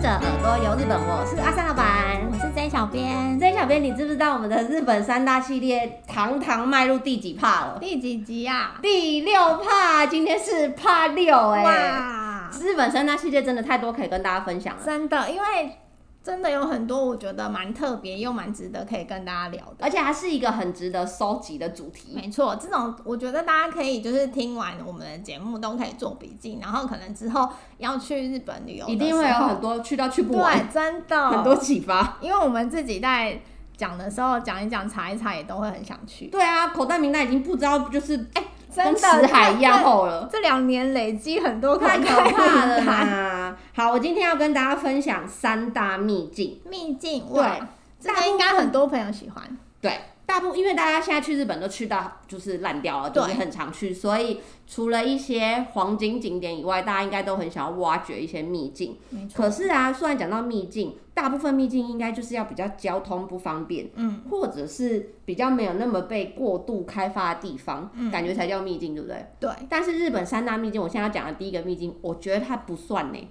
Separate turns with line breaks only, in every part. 者耳朵游日本，我是阿三老板
我。是 J 小编，
这小编，你知不知道我们的日本三大系列堂堂迈入第几趴了？
第几集啊？
第六趴，今天是趴六哎。
哇，
日本三大系列真的太多可以跟大家分享了，
真的，因为真的有很多我觉得蛮特别又蛮值得可以跟大家聊的。
而且它是一个很值得收集的主题。
没错，这种我觉得大家可以就是听完我们的节目都可以做笔记，然后可能之后要去日本旅游的
一定会有
时候
很多去到去不完，
对，真的
很多，启发。
因为我们自己在讲的时候讲一讲查一查也都会很想去，
对啊，口袋名单已经不知道就是哎，
真
跟
的
死海一样厚了。
这两年累积很多
太
看
可怕了啦！好，我今天要跟大家分享三大秘境。
秘境
对
哇，这
大部
个应该很多朋友喜欢。
对，大部因为大家现在去日本都去到就是烂掉了，就
对
是很常去，所以除了一些黄金景点以外，大家应该都很想要挖掘一些秘境。
没错，
可是啊，虽然讲到秘境，大部分秘境应该就是要比较交通不方便，
嗯，
或者是比较没有那么被过度开发的地方，
嗯哎
感觉才叫秘境，对不对？
对，
但是日本三大秘境，我现在要讲的第一个秘境，我觉得它不算呢、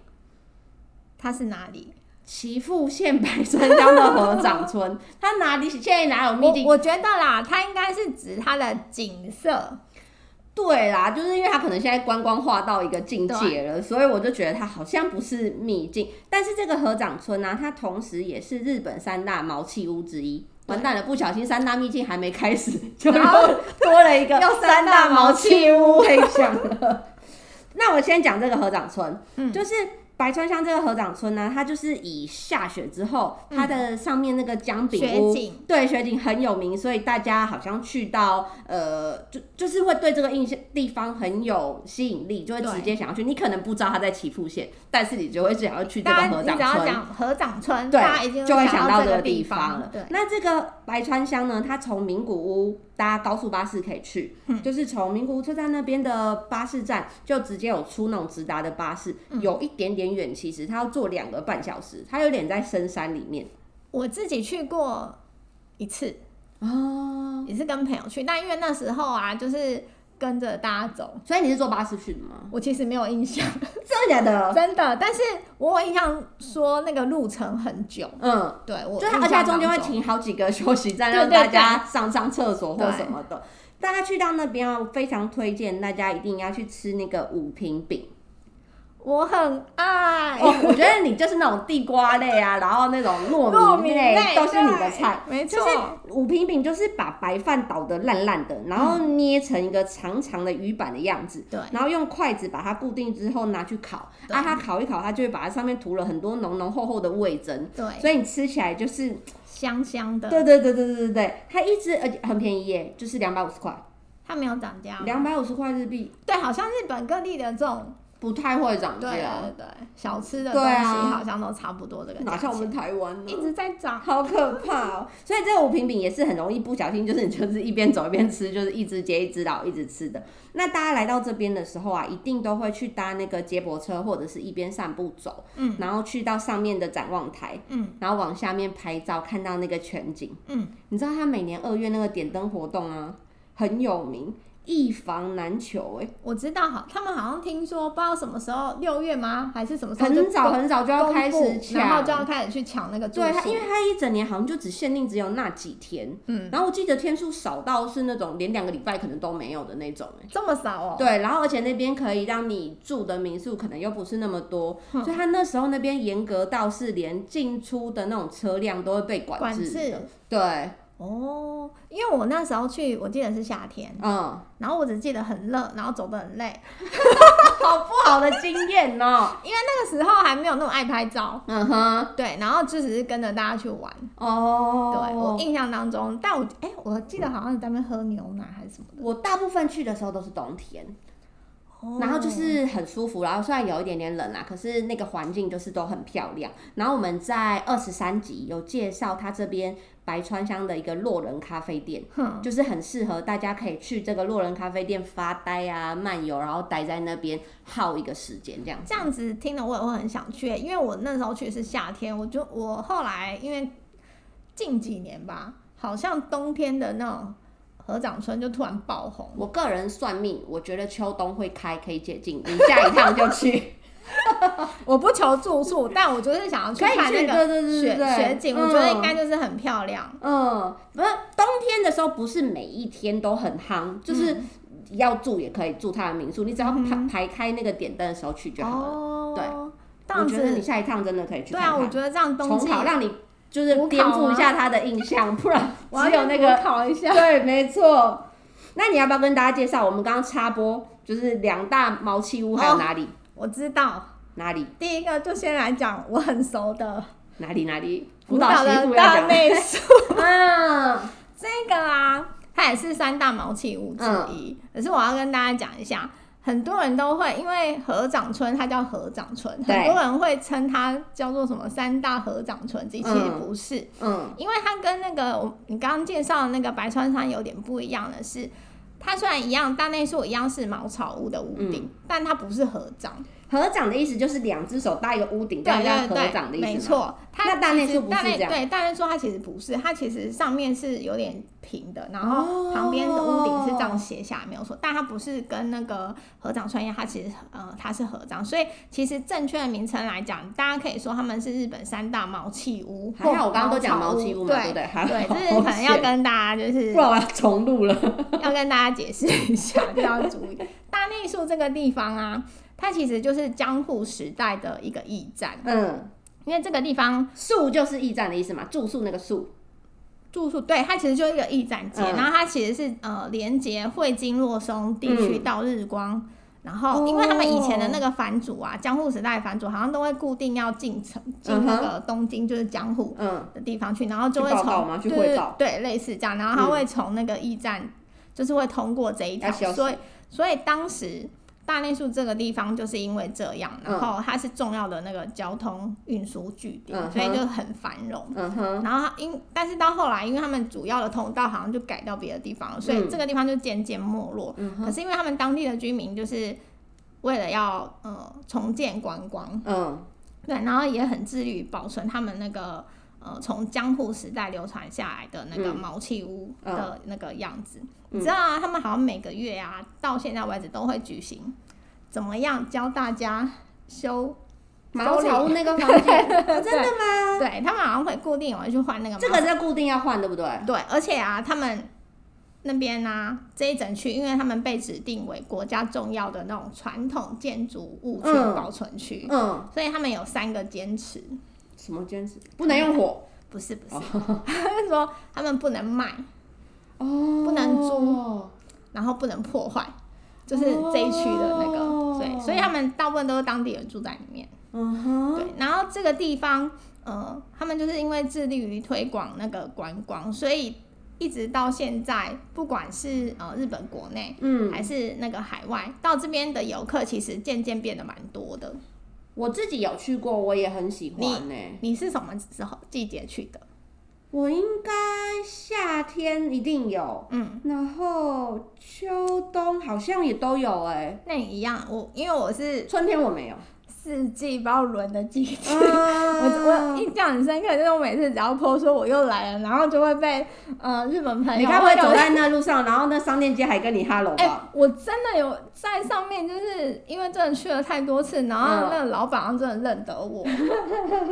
它是哪里？
岐阜县白川乡的合掌 村，它哪里现在哪有秘
我
境？
哦我觉得啦，它应该是指它的景色。
对啦，就是因为它可能现在观光化到一个境界了，所以我就觉得它好像不是秘境。但是这个合掌村呢、它同时也是日本三大毛器屋之一。
对
完蛋了，不小心三大秘境还没开始，就又
然后
多了一 个
又
三
三
大
大
毛
毛
器屋可以想了。那我先讲这个合掌村，
嗯
就是白川乡这个合掌村呢、它就是以下雪之后，它的上面那个江饼屋
嗯雪景
对雪景很有名，所以大家好像去到呃，就就是会对这个印象地方很有吸引力，就会
对
直接想要去。你可能不知道它在岐阜县，但是你就会想要去这个
大家
合
你
掌
只要
村。
讲合掌村，
对
大家一定
就会
想
想到
这
这
个
个地
方
方了
对，
那这个白川乡呢，它从名古屋搭高速巴士可以去，就是从名古屋车站那边的巴士站就直接有出那种直达的巴士，有一点点远，其实它要坐两个半小时，它有点在深山里面
我自己去过一次，
哦。
也是跟朋友去，但因为那时候啊，就是跟着大家走，
所以你是坐巴士去的吗？
我其实没有印象，
真的假的？
真的。但是我有印象说那个路程很久，
嗯，
对我
就它
印象
而且它中
当
间会
中
停好几个休息 站，
对
让
对
大
对
家上上厕所或什么的。大家去到那边啊，我非常推荐大家一定要去吃那个五平饼。
我很爱
哦， 我觉得你就是那种地瓜类啊，然后那种糯
糯
米
米
类
类
都是你的菜。
对没错
就是五平饼，就是把白饭捣得烂烂的，然后捏成一个长长的鱼板的样子。
对
然后用筷子把它固定之后拿去烤，
对
啊，它烤一烤，它就会把它上面涂了很多浓浓厚厚的味噌，
对
所以你吃起来就是
香香的，
对对对对对对对，它一只而且很便宜耶，就是两百五十
啊
块，
它没有涨价。
两百五十块日币
对，好像日本各地的这种
不太会涨
对
价，
啊对对小吃的
对
东西
啊
好像都差不多这个
哪
价
像我
钱，
们台湾呢
一？直在涨。
好可怕哦！所以这个五平饼也是很容易不小心，就是你就是一边走一边吃，就是一只接一只，然后一直吃的。那大家来到这边的时候啊，一定都会去搭那个接驳车，或者是一边散步走，
嗯，
然后去到上面的展望台，
嗯
然后往下面拍照，看到那个全景。
嗯，
你知道他每年二月那个点灯活动啊，很有名，一房难求哎、
我知道，好，他们好像听说不知道什么时候六月吗？还是什么时候就
很早
公
很早就要开
公
始
布然后就
抢。
要开始去抢那个住
对，它因
宿
为。它一整年好像就只限定只有那几天，
嗯，
然后我记得天数少到是那种连两个礼拜可能都没有的那种、欸。
这么少哦。
对，然后而且那边可以让你住的民宿可能又不是那么多，
嗯
所以他那时候那边严格到是连进出的那种车辆都会被管
管
制的。
制
对，
哦，因为我那时候去，我记得是夏天，
嗯，
然后我只记得很热，然后走得很累，
好不好的经验哦、
因为那个时候还没有那么爱拍照。
嗯哼，
对，然后就只是跟着大家去玩。对我
哦，
印象当中，但我哎、我记得好像是在那边喝牛奶还是什么的。
我大部分去的时候都是冬天，
哦
然后就是很舒服，然后虽然有一点点冷啦，可是那个环境就是都很漂亮。然后我们在二十三集有介绍它这边白川乡的一个洛人咖啡店，
哼，
就是很适合大家可以去这个洛人咖啡店发呆啊、漫游，然后待在那边耗一个时间这样子。
这样子听了我也会很想去，因为我那时候去是夏天，我就我后来因为近几年吧，好像冬天的那种合掌村就突然爆红，
我个人算命，我觉得秋冬会开，可以解禁，你下一趟就去。
我不求住宿，但我就是想要去
可以
看
去，
那
对
个
对对
雪
对对，
雪景，我觉得应该就是很漂亮。
嗯，不是冬天的时候，不是每一天都很夯，就是
嗯
要住也可以住他的民宿，你只要排排开那个点灯的时候去就好了。
哦，
对，
这样
我觉得你
子，
下一趟真的可以去
对
看
啊，我
看，
觉得这样冬
重
季，
考让你就是
补考
颠覆
吗
一下他的印象，不然
我要
只有那
去
个
补考一 下。
对，没错。那你要不要跟大家介绍我们刚刚插播就是两大毛器屋还有
哦
哪里、
我知道，
哪里
第一个就先来讲我很熟的
哪里哪里
福
岛
岛
媳
的
妇要
大
讲
妹宿
嗯
这个啊，它也是三大毛器屋之一。
嗯
可是我要跟大家讲一下，很多人都会因为合掌村，它叫合掌村，很
对
多人会称它叫做什么三大合掌村，其实
嗯
不是。
嗯
因为它跟那个我你刚刚介绍的那个白川山有点不一样的是，它虽然一样，大内宿一样是茅草屋的屋顶，
嗯
但它不是合掌，
合掌的意思就是两只手搭一个屋顶，
对
这样叫
对
合
对，
掌的意思吗
没，错。它
那大内
其实
宿不是
大内
这样
对大内宿它其实不是，它其实上面是有点平的，然
哦
后旁边的屋顶是这样斜下来，没有错。但它不是跟那个合掌穿越，它其实呃它是合掌，所以其实正确的名称来讲，大家可以说他们是日本三大茅气屋。
还好我刚刚都讲毛器
气
屋嘛，对不。
对
对？还
对，
好
就是可能要
险
跟大家 就是
不然我要重录 了。
要跟大家解释一下，就要注意大内宿这个地方啊，它其实就是江户时代的一个驿站，
嗯，
因为这个地方
宿就是驿站的意思嘛，住宿那个宿。
住宿，对，它其实就是一个驿站街，
嗯
然后它其实是呃连接会津若松地区
嗯
到日光。然后
哦，
因为他们以前的那个藩主啊，江户时代的藩主好像都会固定要进城，进那个东京，就是江户
嗯，
的地方去，然后就会
去报
从
告吗去
对
汇
对
报
对类似这样，然后他会从那个驿站、就是会通过这一条
要，休息
所以所以当时大内宿这个地方就是因为这样，
嗯
然后它是重要的那个交通运输据点，
嗯哼
所以就很繁荣。
嗯哼，
然后它因但是到后来，因为他们主要的通道好像就改到别的地方了，所以
嗯
这个地方就渐渐没落。
嗯
可是因为他们当地的居民就是为了要呃重建观光，
嗯，
对，然后也很致力于保存他们那个呃从江户时代流传下来的那个
嗯
毛器屋
嗯
的那个样子。
嗯
你知道啊，他们好像每个月啊，到现在为止都会举行怎么样教大家修，
茅草屋那个房 间，哦真的吗？
对他们好像会固定有人去换那个毛
嗯这个是固定要换，对不对？
对，而且啊，他们。那边呢、这一整区，因为他们被指定为国家重要的那种传统建筑物群
嗯
保存区，
嗯，
所以他们有三个坚持。
什么坚持？不能用火
不是不是， 他们说他们不能卖，
哦，
不能租，然后不能破坏，就是这一区的那个，
哦
对，所以他们大部分都是当地人住在里面，
嗯哼，
对。然后这个地方，呃，他们就是因为致力于推广那个观光，所以一直到现在，不管是呃日本国内。
嗯，
还是那个海外到这边的游客，其实渐渐变得蛮多的。
我自己有去过，我也很喜欢呢、
你是什么时候季节去的？
我应该夏天一定有，嗯，然后秋冬好像也都有哎、
那你一样，我因为我是
春天我没有。
四季包轮的季节，我我
嗯，
印象很深刻，就是我每次只要 po 说我又来了，然后就会被呃日本朋友。
你该不会走
在？
在那路上，然后那商店街还跟你哈喽
哎、
吧？
我真的有在上面，就是因为真的去了太多次，然
嗯
后那个老板好像真的认得我，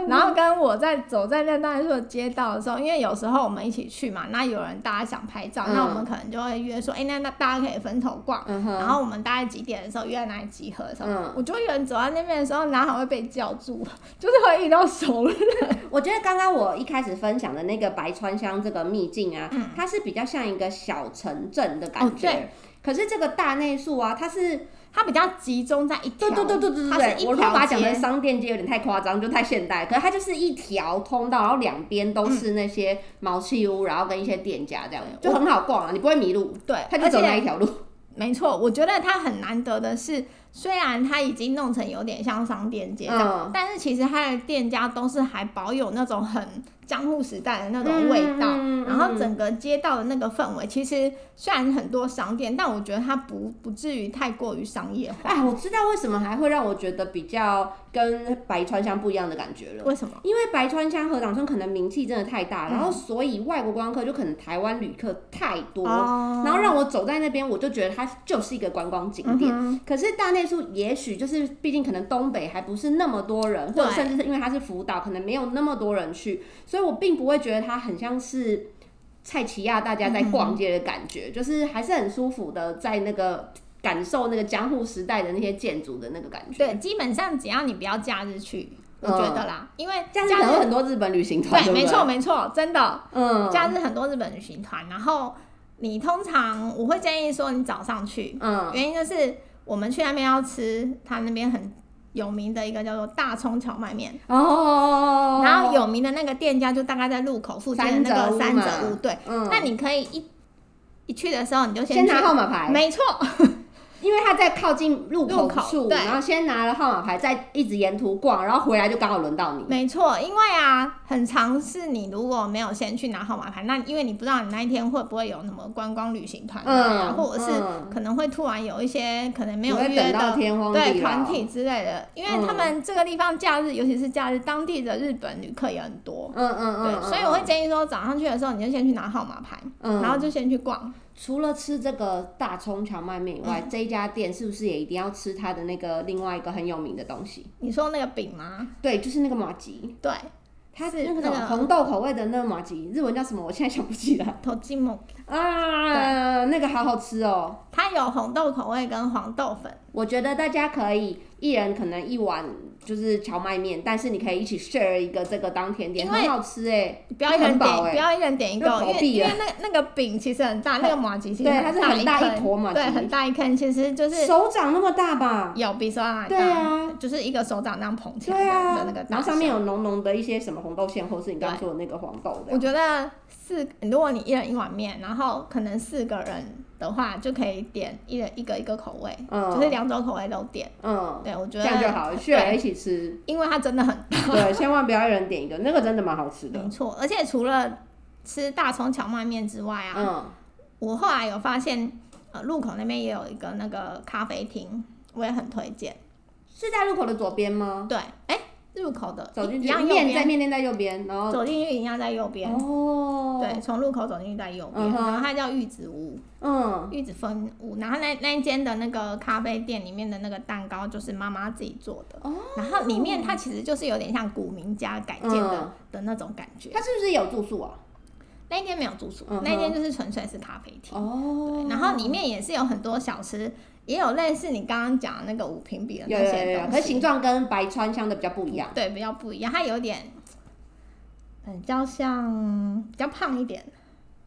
然后跟我在走在那大树的街道的时候，因为有时候我们一起去嘛，那有人大家想拍照，
嗯
那我们可能就会约说，哎、那那大家可以分头逛，
嗯哼，
然后我们大概几点的时候约在哪里集合的时候，
嗯
我就有人走到那边的时候，哪好会被叫住， 就是会遇到熟人。
我觉得刚刚我一开始分享的那个白川乡这个秘境啊，它是比较像一个小城镇的感觉。
哦对
可是这个大内宿啊，它是
它比较集中在一条，
对对对对对
它
对
是一
对，我如果把它
条
讲成
街，
商店街有点太夸张，就太现代。可是它就是一条通道，然后两边都是那些毛器屋，然后跟一些店家这样，
对
就很好逛啊，你不会迷路。
对，
它就
而
走那
且
一条路，
没错，我觉得它很难得的是，虽然它已经弄成有点像商店街这样，
嗯，
但是其实它的店家都是还保有那种很江户时代的那种味道。
嗯
然后整个街道的那个氛围，其实虽然很多商店，但我觉得它不不至于太过于商业化。
哎，我知道为什么还会让我觉得比较跟白川乡不一样的感觉了。
为什么？
因为白川乡合掌村可能名气真的太大，
嗯
然后所以外国观光客就可能台湾旅客太多，
哦
然后让我走在那边，我就觉得它就是一个观光景点。
嗯哼
可是大内数也许就是，毕竟可能东北还不是那么多人，或者
对
甚至是因为它是福岛，可能没有那么多人去，所以我并不会觉得它很像是蔡奇亚大家在逛街的感觉，就是还是很舒服的，在那个感受那个江户时代的那些建筑的那个感觉。
对，，基本上只要你不要假日去，我觉得啦，因为
这样子可能会很嗯多日本旅行团，
对，没
不
错，没错，真的，
嗯，
假日很多日本旅行团，然后你通常我会建议说你早上去，
嗯，
原因就是我们去那边要吃他那边很有名的一个叫做大葱荞麦面。
哦，
然后有名的那个店家就大概在路口附近的那个
三折屋
三
嘛
折屋，对，
嗯，
那你可以一一去的时候你就
先
去
拿号码牌，
没错，
因为他在靠近入口
入口
处，
对
然后先拿了号码牌，再一直沿途逛，然后回来就刚好轮到你。
没错，因为啊，很常是你如果没有先去拿号码牌，那因为你不知道你那一天会不会有什么观光旅行团啊，
嗯
或者是
嗯
可能会突然有一些可能没有
你会
约
等到
的。
天荒地嗯老
对团体，之类的，因为他们这个地方假日，尤其是假日，当地的日本旅客也很多，
嗯嗯嗯，
对，
嗯
所以我会，建议说早上去的时候，你就先去拿号码牌，
嗯
然后就先去逛。
除了吃这个大葱荞麦面以外，
嗯
这一家店是不是也一定要吃它的那个另外一个很有名的东西？
你说那个饼吗？
对，就是那个马吉，
对，
它
是
那个
那
什么
个
红豆口味的那个马吉，日文叫什么？我现在想不起来
头鸡母，
啊，那个好好吃哦。
它有红豆口味跟黄豆粉，
我觉得大家可以一人可能一碗就是荞麦面，但是你可以一起 share 一个这个当甜点，
因为
很好吃哎、
不要一人
很
点，
饱欸
不要一人点一
那
个，因
薄
为
壁
因
了
为那那个饼其实很大，那个马吉其实
对，它是很大
一
一
坑，
坨嘛，
对，很大一坑，其实就是
手掌那么大吧？
有比手掌还
啊对
大，
啊，
就是一个手掌那样捧起来
对
的的
啊
那个，大
然后上
小
面有浓浓的一些什么红豆馅，或是你刚刚说的那个黄豆
我
的。
觉得四，如果你一人一碗面，然后可能四个人的话，就可以点一人一个一个口味，
嗯
就是两种口味都点。
嗯，
对，我觉
这样就
得，
好了，去来一起吃。
因为它真的很
对，千万不要一人点一个，那个真的蛮好吃的
没。错，而且除了吃大葱荞麦面之外啊，
嗯，
我后来有发现，呃，路口那边也有一个那个咖啡厅，我也很推荐。
是在入口的左边吗？
对，哎、入口的
哦走进
一
去，
样右
面在
边，
面店在右边，然后
走进去一样在右边。
哦，
对，，从入口走进去在右边，
嗯哼
然后它叫玉子屋，
嗯，
玉子分屋，然后那那一间的那个咖啡店里面的那个蛋糕就是妈妈自己做的，
哦
然后里面它其实就是有点像古民家改建的、
嗯
的那种感觉。
它是不是也有住宿啊？
那一间没有住宿，
嗯哼
那一间就是纯粹是咖啡厅。
哦
对，，然后里面也是有很多小吃，也有类似你刚刚讲的那个五平比的
有
那
有有
些
有，
东
可是
西，
形状跟白川乡的比较不一样。
对，比较不一样，它有点嗯，比较像比较胖一点，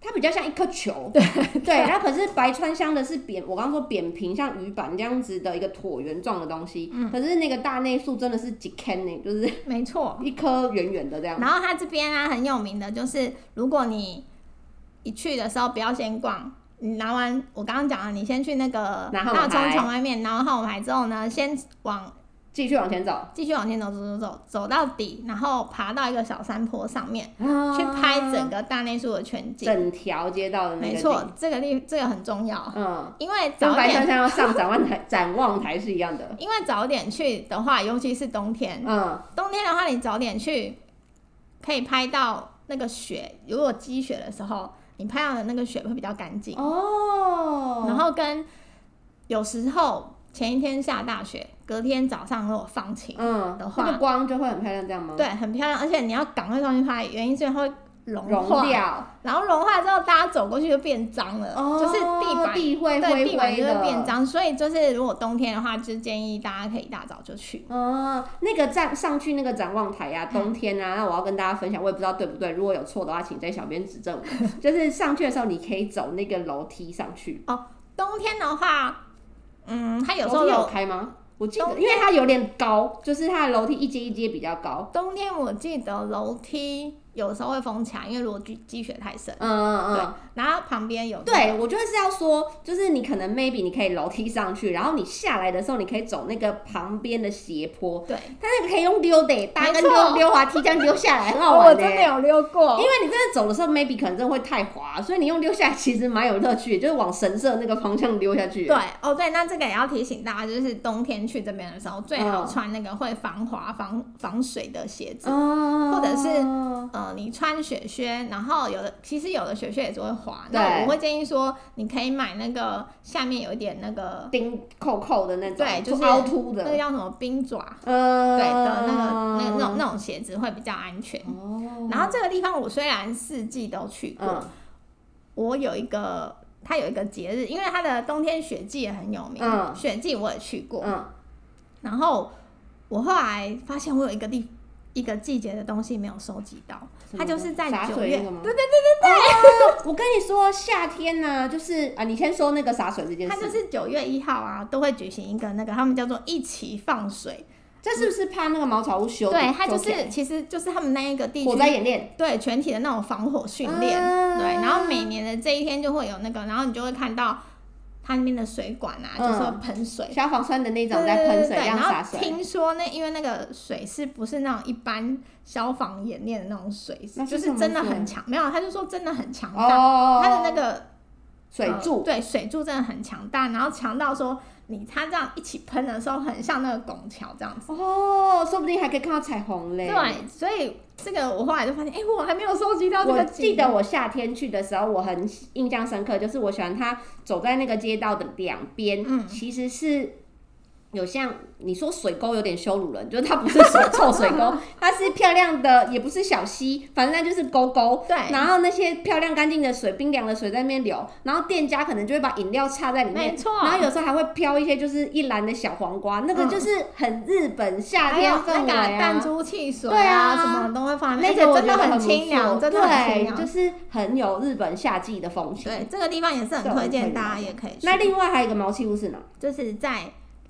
它比较像一颗 球，对对，它可是白川乡的是扁，我刚刚说扁平，像鱼板这样子的一个椭圆状的东西，
嗯
可是那个大内树真的是几 can 呢，就是
没错。
一颗圆圆的这样，
然后它这边啊很有名的就是，如果你一去的时候不要先逛，你拿完我刚刚讲了，你先去那个
拿号码
大
牌
葱荞麦面，拿完号码牌之后呢，先往
继续往前走，
继续往前走走走走走到底，然后爬到一个小山坡上面，去
去
拍整个大内树的全景。
嗯整条街道的那个，
没错，，这个地这个很重要，
嗯，
因为
跟
早
白
点
川乡要上展望台展望台是一样的，
因为早点去的话，尤其是冬天，
嗯，
冬天的话，你早点去，可以拍到那个雪。如果积雪的时候，你拍到的那个雪会比较干净。
哦，
然后跟有时候前一天下大雪，隔天早上如果放晴，
嗯，
的话
那个光就会很漂亮，这样吗？
对，很漂亮。而且你要赶快上去拍，原因是因为它会融
融
化，
掉，
然后融化之后，大家走过去就变脏了，
哦，
就是地板。
地会
对，
灰
地板
灰
就
的
会变脏，所以就是如果冬天的话，就建议大家可以一大早就去。
哦，那个站上去那个展望台
嗯
呀、冬天啊，那我要跟大家分享，我也不知道对不对，如果有错的话，请在小编指正 我。就是上去的时候，你可以走那个楼梯上去，
冬天的话，嗯，它有时
楼
候
梯
有
有开吗？我记得，
冬
因为它有点高，就是它的楼梯一阶一阶比较高。
冬天我记得楼梯有时候会封起来，因为如果积积雪太深，
嗯嗯
对
嗯，，
然后旁边有
对，我觉得是要说，就是你可能 maybe 你可以楼梯上去，然后你下来的时候，你可以走那个旁边的斜坡，
对，
它那个可以用溜的，搭跟
没错
溜溜滑梯这样溜下来，很好
哦，我
玩的。
真的有溜
因
过，
为你真的走的时候，maybe 可能真的会太滑，所以你用溜下来其实蛮有乐趣的，就是往神社那个方向溜下去。
对，哦对，那这个也要提醒大家，就是冬天去这边的时候，最好
嗯
穿那个会防滑、防防水的鞋子，
哦
或者是呃呃，你穿雪靴，然后有的其实有的雪靴也是会滑，
对
那我会建议说，你可以买那个下面有一点那个
钉扣扣的那种，
对就是
凹凸
那个
的，
叫什么冰爪，
呃，
对的那个那那种那种鞋子会比较安全。
哦，
然后这个地方我虽然四季都去过，
嗯
我有一个它有一个节日，因为它的冬天雪季也很有名，
嗯
雪季我也去过。
嗯，
然后我后来发现我有一个地一个季节的东西没有收集到，它就是在
洒
九
水
月，
那个吗哦
对对
我跟你说，夏天呢、就是啊，你先说那个洒水这件
它就
事，
是九月一号啊，都会举行一个那个他们叫做一起放水，
这是不是怕那个茅草屋修？
对，它就
修起来
是其实就是他们那一个地
火灾
区
演练
对全体的那种防火训练，
啊
对，然后每年的这一天就会有那个，然后你就会看到它那边的水管啊，
嗯
就是会喷水。
消防栓的那
对
种在喷水，
对对对
这样
然
洒
后
水，
听说那因为那个水是不是那种一般消防演练的那种水，
那是
就
什
是
么
真的
水
很强，没有，他就说真的很强大，
哦，
它的那个
水柱
呃，对，水柱真的很强大，然后强到说你它这样一起喷的时候，很像那个拱桥这样子。
哦，说不定还可以看到彩虹嘞。
对，所以这个我后来就发现，哎、我还没有收集到这
我
个
记
记
得我夏天去的时候，我很印象深刻，就是我喜欢它走在那个街道的两边，
嗯
其实是有像你说水沟有点羞辱人， 就是它不是水臭水 沟，它是漂亮的，也不是小溪，反正它就是沟沟。
对
然后那些漂亮干净的水，冰凉的水在那边流，然后店家可能就会把饮料插在里面
没，错。
然后有时候还会飘一些就是一篮的小黄瓜，那个
嗯
就是很日本夏
还
天
有
氛
哎
围
那个
啊。
弹珠汽水
对啊
什么都会放在
那
边而且
个我
真
觉
的
得
很
不
清
错
凉，真的很清
对，
凉。
就是很有日本夏季的风情。
对，这个地方也是很推荐大家也可以去。
那另外还有一个毛器屋是哪？
就是在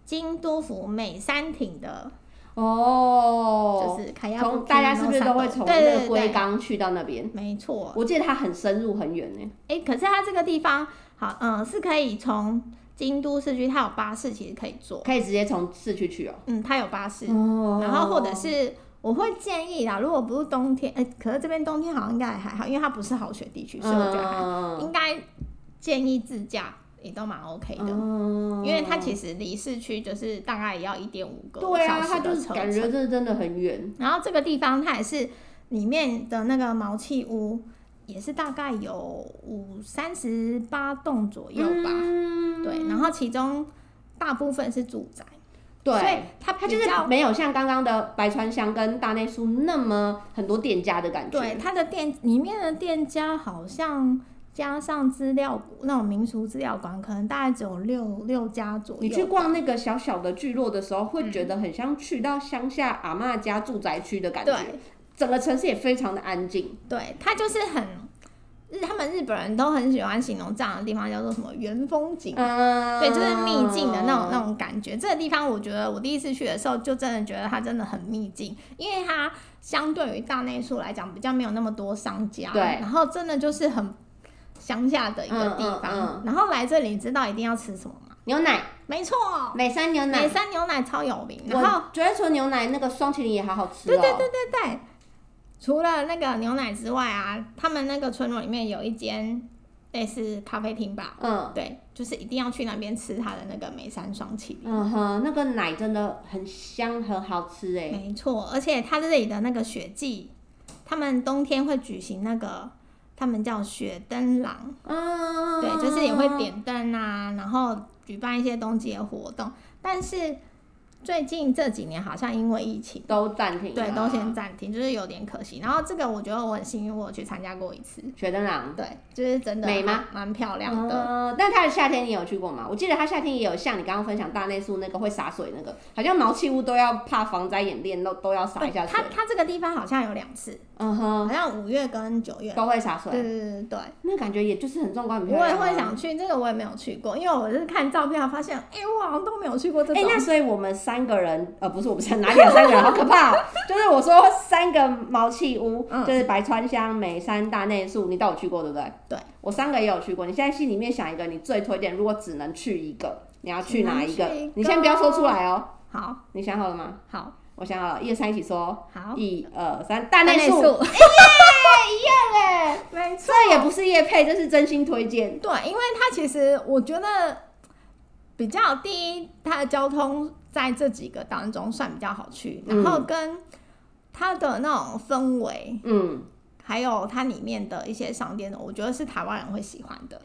京都府美山町的，
哦，
就是凯亚
从大家是不是都会从
对
那
对
个
对
龟冈去到那边？
没错，
我记得它很深入很远呢。
哎、可是它这个地方好，嗯、是可以从京都市区，它有巴士，其实可以坐，
可以直接从市区去哦。
嗯，它有巴士，
哦
然后或者是我会建议啦，如果不是冬天，哎、可是这边冬天好像应该还好，因为它不是好雪地区，所以我觉得还、
嗯
应该建议自驾也都蛮 OK 的。
嗯
因为它其实离市区就是大概也要一点五个
对
小
啊，
时
它
的
就是
车
感
程，
觉这真的很远。
然后这个地方它也是里面的那个毛器屋，也是大概有五三十八栋左右吧。
嗯
对，然后其中大部分是住宅，所以
对，
它
它
比
就是
较
没有像刚刚的白川乡跟大内宿那么很多店家的感觉。
对它的店里面的店家好像加上资料馆那种民俗资料馆，可能大概只有六六家左右。
你去逛那个小小的聚落的时候，会觉得很像去到乡下阿嬷家住宅区的感觉。
对
整个城市也非常的安静。
对，它就是很日，他们日本人都很喜欢形容这样的地方叫做什么原风景。
嗯
对，就是秘境的那种那种感觉。这个地方，我觉得我第一次去的时候，就真的觉得它真的很秘境，因为它相对于大内宿来讲，比较没有那么多商家，
对
然后真的就是很乡下的一个地方。
嗯嗯
然后来这里，知道一定要吃什么吗？
牛奶，
没错，
嗯美山牛
美
奶。
山牛奶超有名。然后，
我觉得除了牛奶，那个双麒麟也好好吃哦。
对对对对对，除了那个牛奶之外啊，他们那个村落里面有一间类似咖啡厅吧。
嗯
对，就是一定要去那边吃它的那个美山双麒麟。
嗯哼，那个奶真的很香，很好吃哎。
没错，而且它这里的那个雪季，他们冬天会举行那个，他们叫雪灯廊，
嗯，
对，就是也会。点灯啊，然后举办一些冬季的活动。但是最近这几年好像因为疫情，
都暂停了。
对，都先暂停，就是有点可惜。然后这个我觉得我很幸运，我有去参加过一次，
雪灯廊。
对，就是真的
美吗
蛮蛮漂亮的。
嗯，但它的夏天你有去过吗？我记得它夏天也有像你刚刚分享大内宿那个会洒水那个，好像毛器屋都要怕防灾演练都都要洒一
对，
下水
它。它这个地方好像有两次，
嗯
好
哼，
像五月跟九月，
都会洒
对
水，
对对对对。
那感觉也就是很壮观，很漂
我也
亮啊
会想。去，这个我也没有去过，因为我是看照片发现，哎、我好像都没有去过这
哎、
种。
那所以我们三个人，呃，不是我们三哪里有三个 人，好可怕、哦！就是我说三个毛器屋，
嗯
就是白川乡、美山、大内宿，你都有去过，对不对？
对，
我三个也有去过。你现在心里面想一个，你最推荐，如果只能去一个，你要去哪一个？
只能去一个
你先不要说出来哦。
好
你想好了吗？
好
我想好了，一二三，一起说。
好，
一二三，大内宿，哎
宿，
对，
没错，
这也不是叶配，这是真心推荐。
对，因为它其实我觉得比较第一，它的交通在这几个
嗯
当中算比较好去，然后跟它的那种氛围，
嗯，
还有它里面的一些商店的，我觉得是台湾人会喜欢的。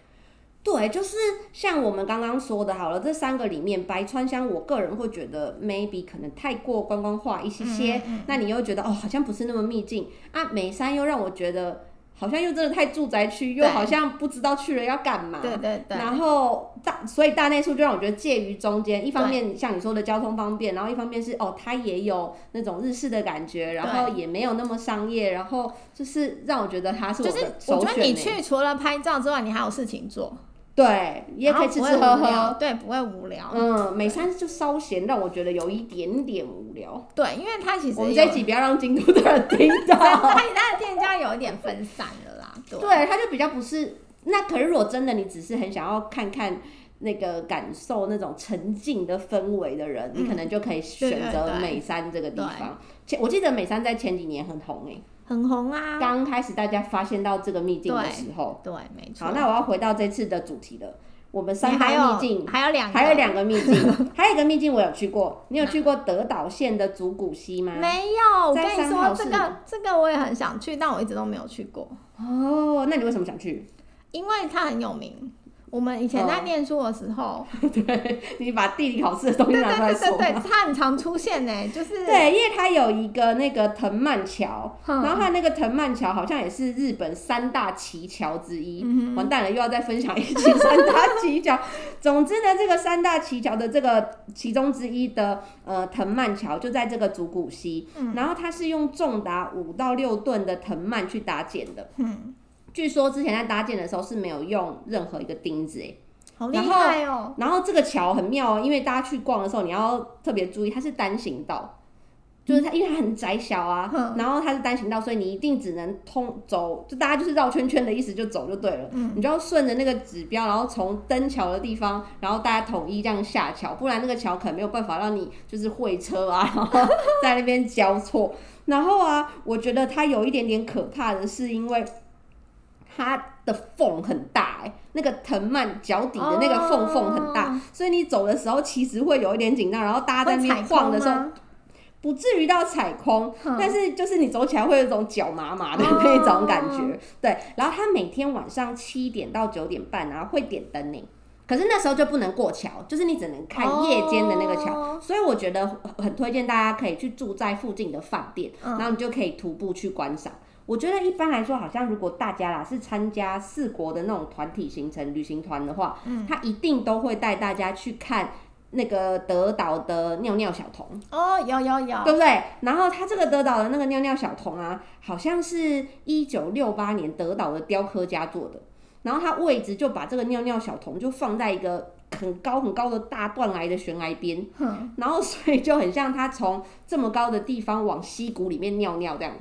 对，就是像我们刚刚说的，好了，这三个里面，白川乡，我个人会觉得 maybe 可能太过观光化一些些，那你又觉得哦，好像不是那么秘境啊，美山又让我觉得好像又真的太住宅区，又
对
好像不知道去了要干嘛。
对对对，
然后大，所以大内宿就让我觉得介于中间，一方面像你说的交通方便，然后一方面是哦，它也有那种日式的感觉，然后也没有那么商业，然后就是让我觉得它是我
就是
的
我
首
觉
选欸呢、
得你去除了拍照之外，你还有事情做，
对，也可以吃吃
然后
喝
不会无聊
喝。
对，不会无聊。
嗯，美山就稍嫌让我觉得有一点点无聊。
对，因为它其实
我们这一
有
集不要让京都的人听到。
它它的店家有一点分散了啦，对。
对，它就比较不是。那可是如果真的你只是很想要看看那个感受那种沉浸的氛围的人，你可能就可以选
嗯对
择
对
美山这个地方。前我记得美山在前几年很红诶、
很红啊，
刚开始大家发现到这个秘境的
对
时候。
对，没错。
好，那我要回到这次的主题了。我们
你
三
还
大
有
秘境
还有两个，
还有两个秘境，还有一个秘境我有去 过。你有去过德岛县的竹谷溪吗？
没有，我跟
在
你
三号
说这
是
个这个我也很想去，但我一直都没有去过，
哦，那你为什么想去？
因为它很有名。我们以前在
哦
念书的 时候，
对，你把地理考试的东西
对
拿
对
出来
对
说
对
吗。
对，它很常出现呢、欸就是
对，因为它有一个那个藤蔓桥，
嗯
然后它那个藤蔓桥好像也是日本三大奇桥之一。完蛋了，又要再分享一起三大奇桥。总之呢，这个三大奇桥的这个其中之一的呃藤蔓桥就在这个竹谷溪，然后它是用重达五到六吨的藤蔓去搭建的。据说之前在搭建的时候是没有用任何一个钉子诶、
好厉
然后
害哦、
然后这个桥很妙哦，因为大家去逛的时候，你要特别注意，它是单行道，就是它因为它很窄小啊，
嗯
然后它是单行道，所以你一定只能通走，就大家就是绕圈圈的意思，就走就对了。你就要顺着那个指标，然后从登桥的地方，然后大家统一这样下桥，不然那个桥可能没有办法让你就是会车啊，然后在那边交错。然后啊，我觉得它有一点点可怕的是，因为它的缝很大、欸，那个藤蔓脚底的那个缝缝很大，
哦
所以你走的时候其实会有一点紧张，然后大家在那
会踩
边
空
晃的时候，
吗，
不至于到踩空，
嗯
但是就是你走起来会有一种脚麻麻的那种感觉。对，然后它每天晚上七点到九点半啊会点灯呢，可是那时候就不能过桥，就是你只能看夜间的那个桥。
哦
所以我觉得很很推荐大家可以去住在附近的饭店，然后你就可以徒步去观赏。我觉得一般来说，好像如果大家啦是参加四国的那种团体行程旅行团的话，他一定都会带大家去看那个德岛的尿尿小童。
哦，有有有，
对不对？然后他这个德岛的那个尿尿小童啊，好像是一九六八年德岛的雕刻家做的。然后他位置就把这个尿尿小童就放在一个很高很高的大断崖的悬崖 边，
哼
然后所以就很像他从这么高的地方往溪谷里面尿 尿这样。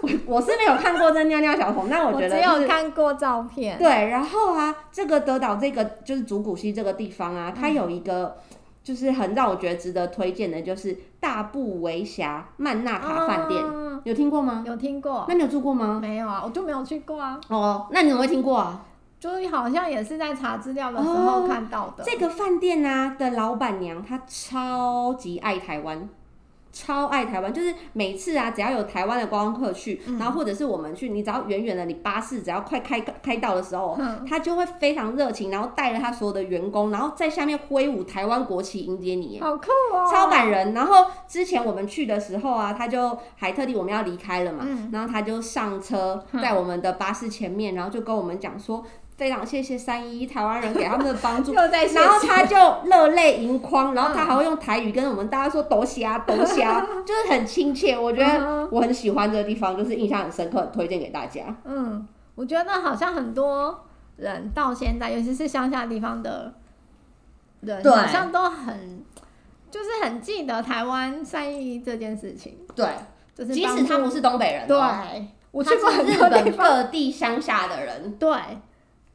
我我是没有看过这尿尿小童，但我
我
觉
只
得就是
有看过照片，
对，然后啊，这个德岛这个就是竹谷溪这个地方啊，它有一个就是很让我觉得值得推荐的，就是大部围峡曼纳卡饭店，
哦
有听过吗？
有听过
那你有住过吗？
没有啊？我就没有去过啊，
哦，那你怎么会听过啊？
就是好像也是在查资料的时候
哦
看到的。
这个饭店啊的老板娘她超级爱台湾。超爱台湾，就是每次啊，只要有台湾的观光客去，然后或者是我们去，你只要远远的，你巴士只要快开开到的时候，他就会非常热情，然后带着他所有的员工，然后在下面挥舞台湾国旗迎接你，
好酷哦、
超感人。然后之前我们去的时候啊，他就还特地我们要离开了嘛，
嗯
然后他就上车在我们的巴士前面，然后就跟我们讲说，非常谢谢三一一台湾人给他们的帮 助。
又在
嗯然后
写
他就热泪盈眶，然后他还会用台语跟我们大家说“啊抖虾抖 虾”，就是很亲切。我觉得我很喜欢这个地方，就是印象很深刻，很推荐给大家。
嗯，我觉得好像很多人到现在，尤其是乡下地方的人，
对
好像都很就是很记得台湾三一一这件事情，
对，
就是
即
帮
使
助
他不是东北人哦、
对，我
他
去过
是
很
日
多地
本
方，
各地乡下的人，
对，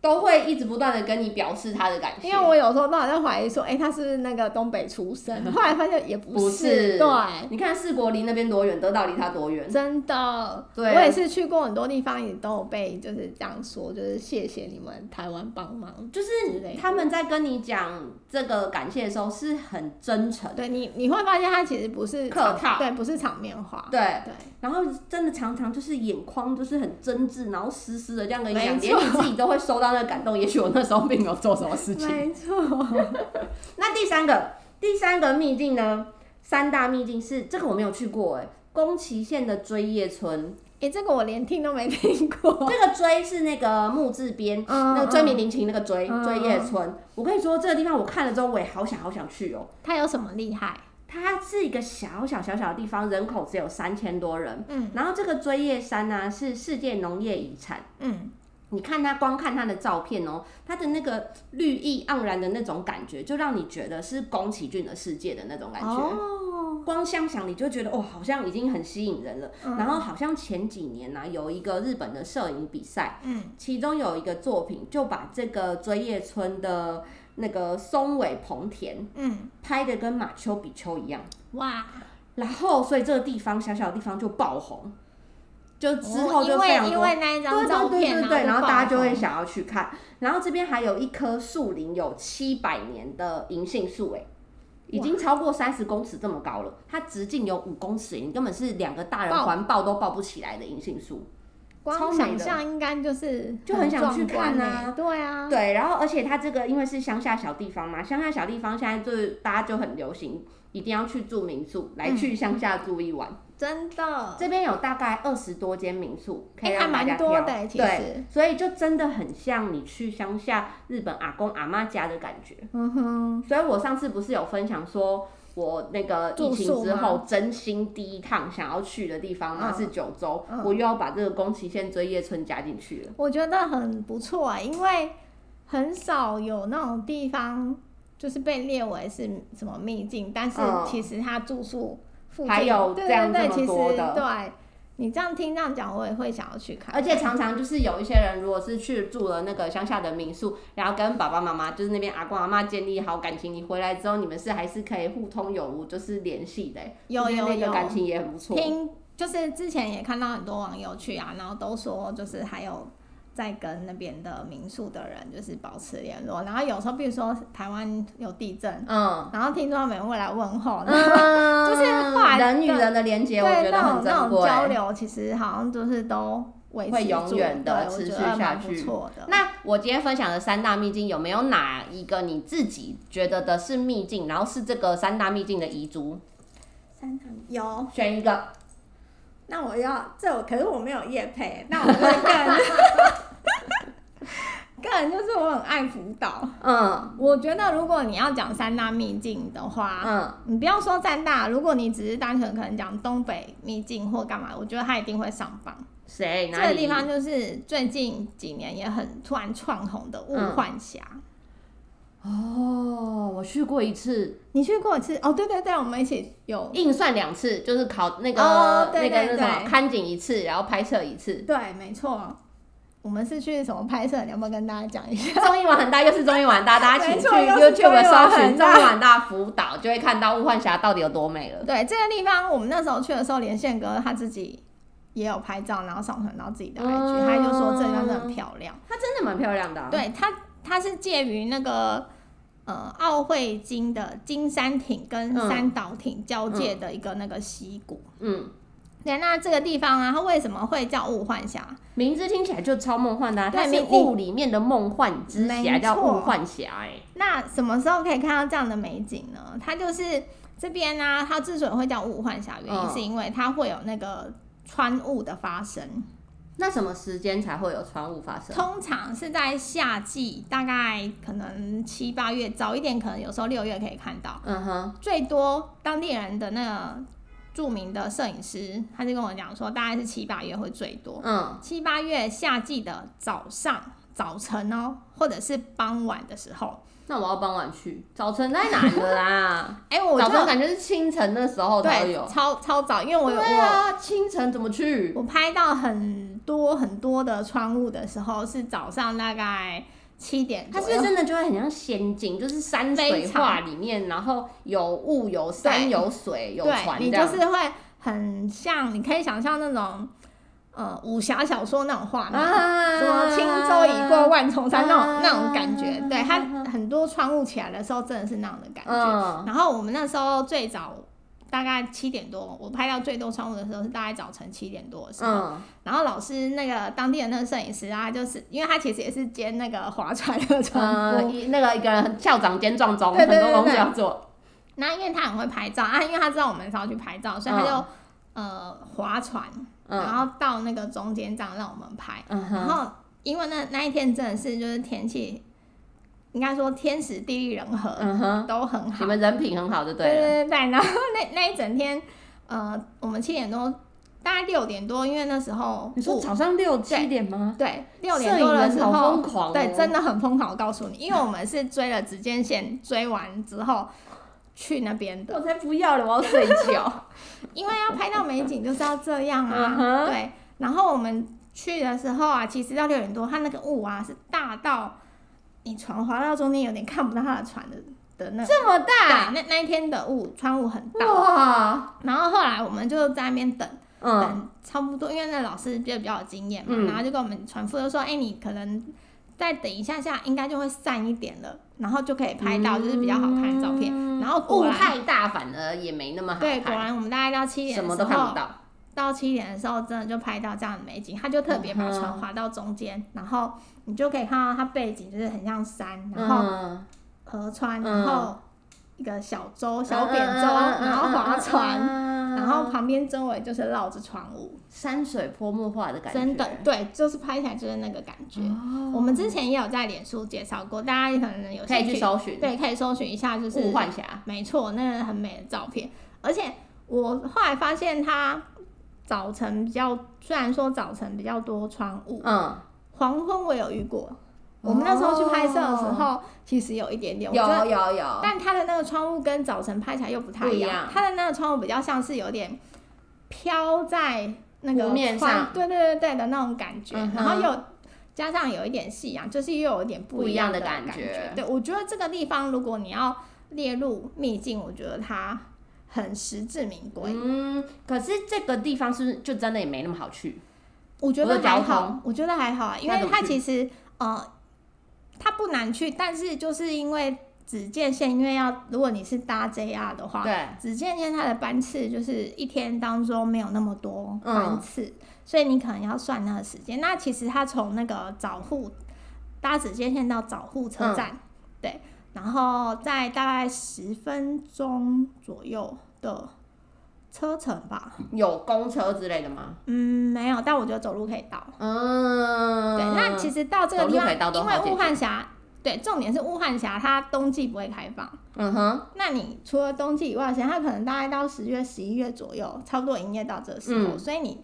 都会一直不断的跟你表示他的感谢。
因为我有时候都还在怀疑说，哎、他是不是那个东北出生？后来发现也
不是
对，
你看四国离那边多远，德岛离他多远？
真的，
对
我也是去过很多地方，也都有被就是这样说，就是谢谢你们台湾帮忙。
就是
之类的
他们在跟你讲这个感谢的时候是很真诚，
对你，你会发现它其实不是
客
场
套
对，不是场面话，
对。
对。
然后真的常常就是眼眶就是很真挚，然后湿湿的这样跟你
没
讲，连
错
你自己都会受到那个感动。也许我那时候并没有做什么事情。
没错，
那第三个，第三个秘境呢？三大秘境是这个我没有去过哎、宫崎县的追叶村，
哎，这个我连听都没听过。
这个追是 那个木字边，
嗯
那个追名林檎那个追
嗯
追叶村。我跟你说，这个地方我看了之后，我也好想好想去哦、
它有什么厉害？
它是一个小小小小的地方，人口只有三千多人。
嗯
然后这个追叶山呢、是世界农业遗产。
嗯，
你看它，光看它的照片哦，它的那个绿意盎然的那种感觉，就让你觉得是宫崎骏的世界的那种感觉。
哦，
光想想你就觉得哦，好像已经很吸引人了。
嗯
然后好像前几年呢、有一个日本的摄影比赛，
嗯，
其中有一个作品就把这个追叶村的那个松尾蓬田
嗯，
拍的跟马丘比丘一样，
哇，
然后所以这个地方小小的地方就爆红，就之后
哦
就
因
非
为
常
因
多啊
为那一张照
对
片，啊
对对对，然后
就
大家
爆
就会
红
想要去看。然后这边还有一棵树龄有七百年的银杏树，哎，已经超过三十公尺这么高了，它直径有五公尺，你根本是两个大人
抱
环抱都抱不起来的银杏树。超
光
美
想
的
象应该就是
就很想去看
呐、
啊
对啊，
对，然后而且它这个因为是乡下小地方嘛，乡下小地方现在就是大家就很流行。一定要去住民宿，来
嗯
去乡下住一晚。
真的，
这边有大概二十多间民宿，可以
呃哎还
让大家
蛮
挑。
多的、欸、其
对，
实，
所以就真的很像你去乡下日本阿公阿妈家的感觉。
嗯哼，
所以我上次不是有分享说，我那个疫情之后真心第一趟想要去的地方嘛、
嗯
是九州，
嗯
我又要把这个宫崎县追叶村加进去了。
我觉得很不错、啊，因为很少有那种地方就是被列为是什么秘境，但是
嗯
其实它住宿附近
还有
对
这样
对对，
这
其
么
实
多的
对你这样听这样讲，我也会想要去看，欸
而且常常就是有一些人，如果是去住了那个乡下的民宿，然后跟爸爸妈妈就是那边阿公阿妈建立好感情，你回来之后你们是还是可以互通有无，就是联系的、欸。
有
就是
有
那个
有
感情也很不错。
听就是之前也看到很多网友去啊，然后都说就是还有在跟那边的民宿的人就是保持联络，然后有时候比如说台湾有地震，
嗯，
然后听说他们会来问 候，
嗯，
就是后来
人与人的连接，我觉
对
得
那种
很
那
珍
种
贵。
交流其实好像就是都维
会
持
永
住
远的
对我
持
觉
续
得
下
蛮不
去
错的。
那我今天分享的三大秘境，有没有哪一个你自己觉得的是秘境，然后是这个三大秘境的遗珠？
三堂有，
选一个。
那我要这我可是我没有夜配，那我就 个人 个人就是我很爱辅导。
嗯
我觉得如果你要讲三大秘境的话，
嗯，
你不要说三大，如果你只是单纯可能讲东北秘境或干嘛，我觉得它一定会上榜。
谁？
这
哪
个
里？
地方就是最近几年也很突然窜红的雾幻峡。
哦，我去过一次，
你去过一次哦？对对对，我们一起有
硬算两次，就是考那个、
哦对
那个那
对
什么
对。
看景一次，然后拍摄一次
对，没错，我们是去什么拍摄？你要不要跟大家讲一下？
综艺玩很大，又是综艺玩很大，大家请
没
去
错又是综艺
YouTube
玩很
搜寻“综
大
艺玩大辅导”，就会看到雾幻峡到底有多美了。
对，这个地方我们那时候去的时候，连线哥他自己也有拍照，然后上传到自己的 IG，、
嗯
他就说这个地方真的很漂亮。
它真的蛮漂亮的、啊。
对，它它是介于那个呃奥会金的金山町跟
嗯
三岛町交界的一个那个溪谷。
嗯，
对，那这个地方啊，它为什么会叫雾幻峡？
名字听起来就超梦幻的、啊，
对
它是
名
雾里面的梦幻之峡，
没
叫雾
错
幻峡、欸。
那什么时候可以看到这样的美景呢？它就是这边呢、啊它之所以会叫雾幻峡，原因
嗯
是因为它会有那个穿雾的发生，
那什么时间才会有船雾发生？
通常是在夏季，大概可能七八月，早一点可能有时候六月可以看到。
嗯哼，
最多当地人的那个著名的摄影师，他就跟我讲说，大概是七八月会最多，
嗯，
七八月夏季的早上早晨哦，或者是傍晚的时候，
那我要傍晚去，早晨太难了啦。
哎、 我
早
就
晨感觉是清晨那时候才会
对
有。
超超早，因为我有、
对啊，清晨怎么去？
我我拍到很多很多的窗户的时候是早上大概七点
它
左
是
右，
不是真的就会很像仙境，就是山水
非常
画里面，然后有雾、有山、
对
有水、有
对
船
你
这
就
样。
是会很像，你可以想象那种呃武侠小说那种画面。
啊
什么轻舟已过万重山那种、
啊
那种感觉，对它
啊
很多窗户起来的时候真的是那样的感觉。
嗯，
然后我们那时候最早大概七点多，我拍到最多窗户的时候是大概早晨七点多的时候。
嗯，
然后老师那个当地的那个摄影师啊，就是因为他其实也是兼那个划船的船
嗯，
夫，
一那个一个人校长兼撞钟，
对
很
对
多
对
工作
对
要做。
那、因为他很会拍照啊，因为他知道我们是要去拍照，所以他就、呃划船，然
嗯
后到那个中间这样让我们拍。
嗯哼，
然后因为那那一天真的是就是天气，应该说天时地利人和、
嗯哼，
都很好
你，们人品很好，就对
对
了。
对对对，然后那 那一整天，呃，我们七点多，大概六点多，因为那时候
你说
雾
早上六七点吗？
对六
摄
点
影
多的
人
时
好
候
疯，狂哦，
对，真的很疯狂。我告诉你，因为我们是追了直间线，追完之后去那边的，
我才不要了，我要睡觉。
因为要拍到美景就是要这样
嗯
啊。
哼
对，然后我们去的时候啊，其实到六点多，它那个雾啊是大到你船划到中间有点看不到它的船的的那
这么
对，
大
那那一天的雾，川雾很大。
哇，
然后后来我们就在那边等，
嗯
等差不多，因为那老师就比较有经验嘛，
嗯
然后就跟我们船夫就说：“哎、你可能再等一下下，应该就会散一点了，然后就可以拍到，就是比较好看的照片。然后
雾
果然，
太大反而也没那么好
对，果
看，
然我们大概到七点
什
的
么
时
都看不
候，
到。
到七点的时候真的就拍到这样的美景。他就特别把
嗯
船
哼
划到中间，然后你就可以看到它背景就是很像山，然后
嗯，
河
嗯
川，然后一个小舟、小扁舟，
嗯
然后划船。，
嗯
然后旁边周围就是绕着船屋，
山水泼墨画的感觉，
真的对，就是拍起来就是那个感觉。
哦
我们之前也有在脸书介绍过，大家可能有
可以
兴
去
趣，
搜寻，，哦
对，可以搜寻一下，就是
雾幻侠，
啊没错，那个很美的照片。而且我后来发现它早晨比较，虽然说早晨比较多窗雾，
嗯，
黄昏我有遇过。我们那时候去拍摄的时候，其实有一啊点点，我觉得
有有有，
但它的那个窗户跟早晨拍起来又不太
不
一
一
样
样，
它的那个窗户比较像是有点飘在那个
湖面
窗
上
对对对对的那种感觉，
嗯哼
然后又加上有一点夕阳，就是又有一点
不
一
一
样
样的
感
感觉
对，我觉得这个地方如果你要列入秘境，我觉得它很实至名归。
嗯，可是这个地方是不是就真的也没那么好去？
我觉
我
得
的交
还
通
好，我觉得还好啊，因
那
为
怎么
它
去
其实呃，它不难去，但是就是因为只界线，因为要如果你是搭 JR 的话，
对，
只见见它的班次就是一天当中没有那么多班次，
嗯
所以你可能要算那个时间。那其实它从那个早户搭只见线到早户车站，
嗯
对，然后在大概十分钟左右的车程吧，
有公车之类的吗？
嗯，没有，但我觉得走路可以到。
嗯，
对，那其实到这个地
走路
方，
可以到都
因
好
为
解
雾
决
汉峡，对，重点是雾汉峡它冬季不会开放。
嗯哼，
那你除了冬季以外，其实它可能大概到十月、十一月左右，差不多营业到这时候，
嗯
所以你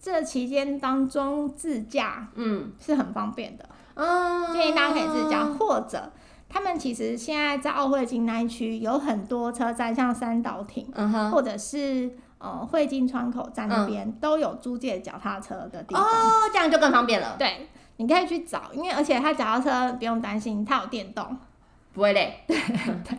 这期间当中自驾
嗯
是很方便的，
嗯，
建议大家可以自驾，或者他们其实现在在奥会金那一区有很多车站，像三岛町
嗯哼，
或者是呃汇金窗口站那边、都有租借脚踏车的地方，
哦，这样就更方便了，
对，你可以去找，因为而且它脚踏车不用担心，它有电动。
不会 累，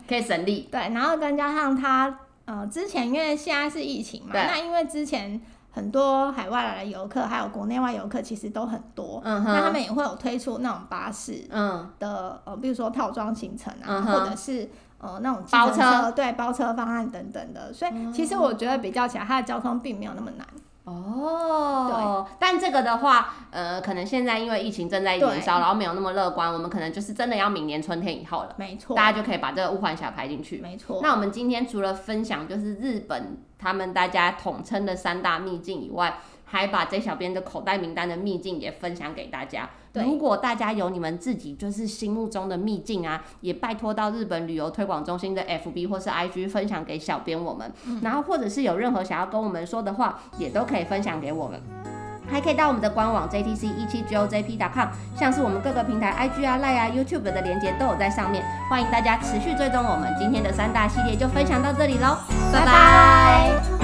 可以省力，
对，然后跟加上他呃，之前因为现在是疫情嘛，
对
那因为之前很多海外来的游客，还有国内外游客，其实都很多，
嗯
那他
哼，
们也会有推出那种巴士
嗯，
的呃，比如说套装行程啊，
嗯哼
或者是呃那种计
包
程
车
对包车方案等等的，所以其实我觉得比较起来，它的交通并没有那么难。
哦，但这个的话，呃，可能现在因为疫情正在
对
延烧，然后没有那么乐观，我们可能就是真的要明年春天以后了，
没错，
大家就可以把这个雾幻峡排进去。
没错，
那我们今天除了分享就是日本他们大家统称的三大秘境以外，还把 J 小编的口袋名单的秘境也分享给大家。
对
如果大家有你们自己就是心目中的秘境啊，也拜托到日本旅游推广中心的 FB 或是 IG 分享给小编我们，然后或者是有任何想要跟我们说的话，也都可以分享给我们。还可以到我们的官网 JTC 一七 GOJP.com，像是我们各个平台 IG 啊、Line 啊、YouTube 的连接都有在上面，欢迎大家持续追踪我们。今天的三大系列就分享到这里喽，拜拜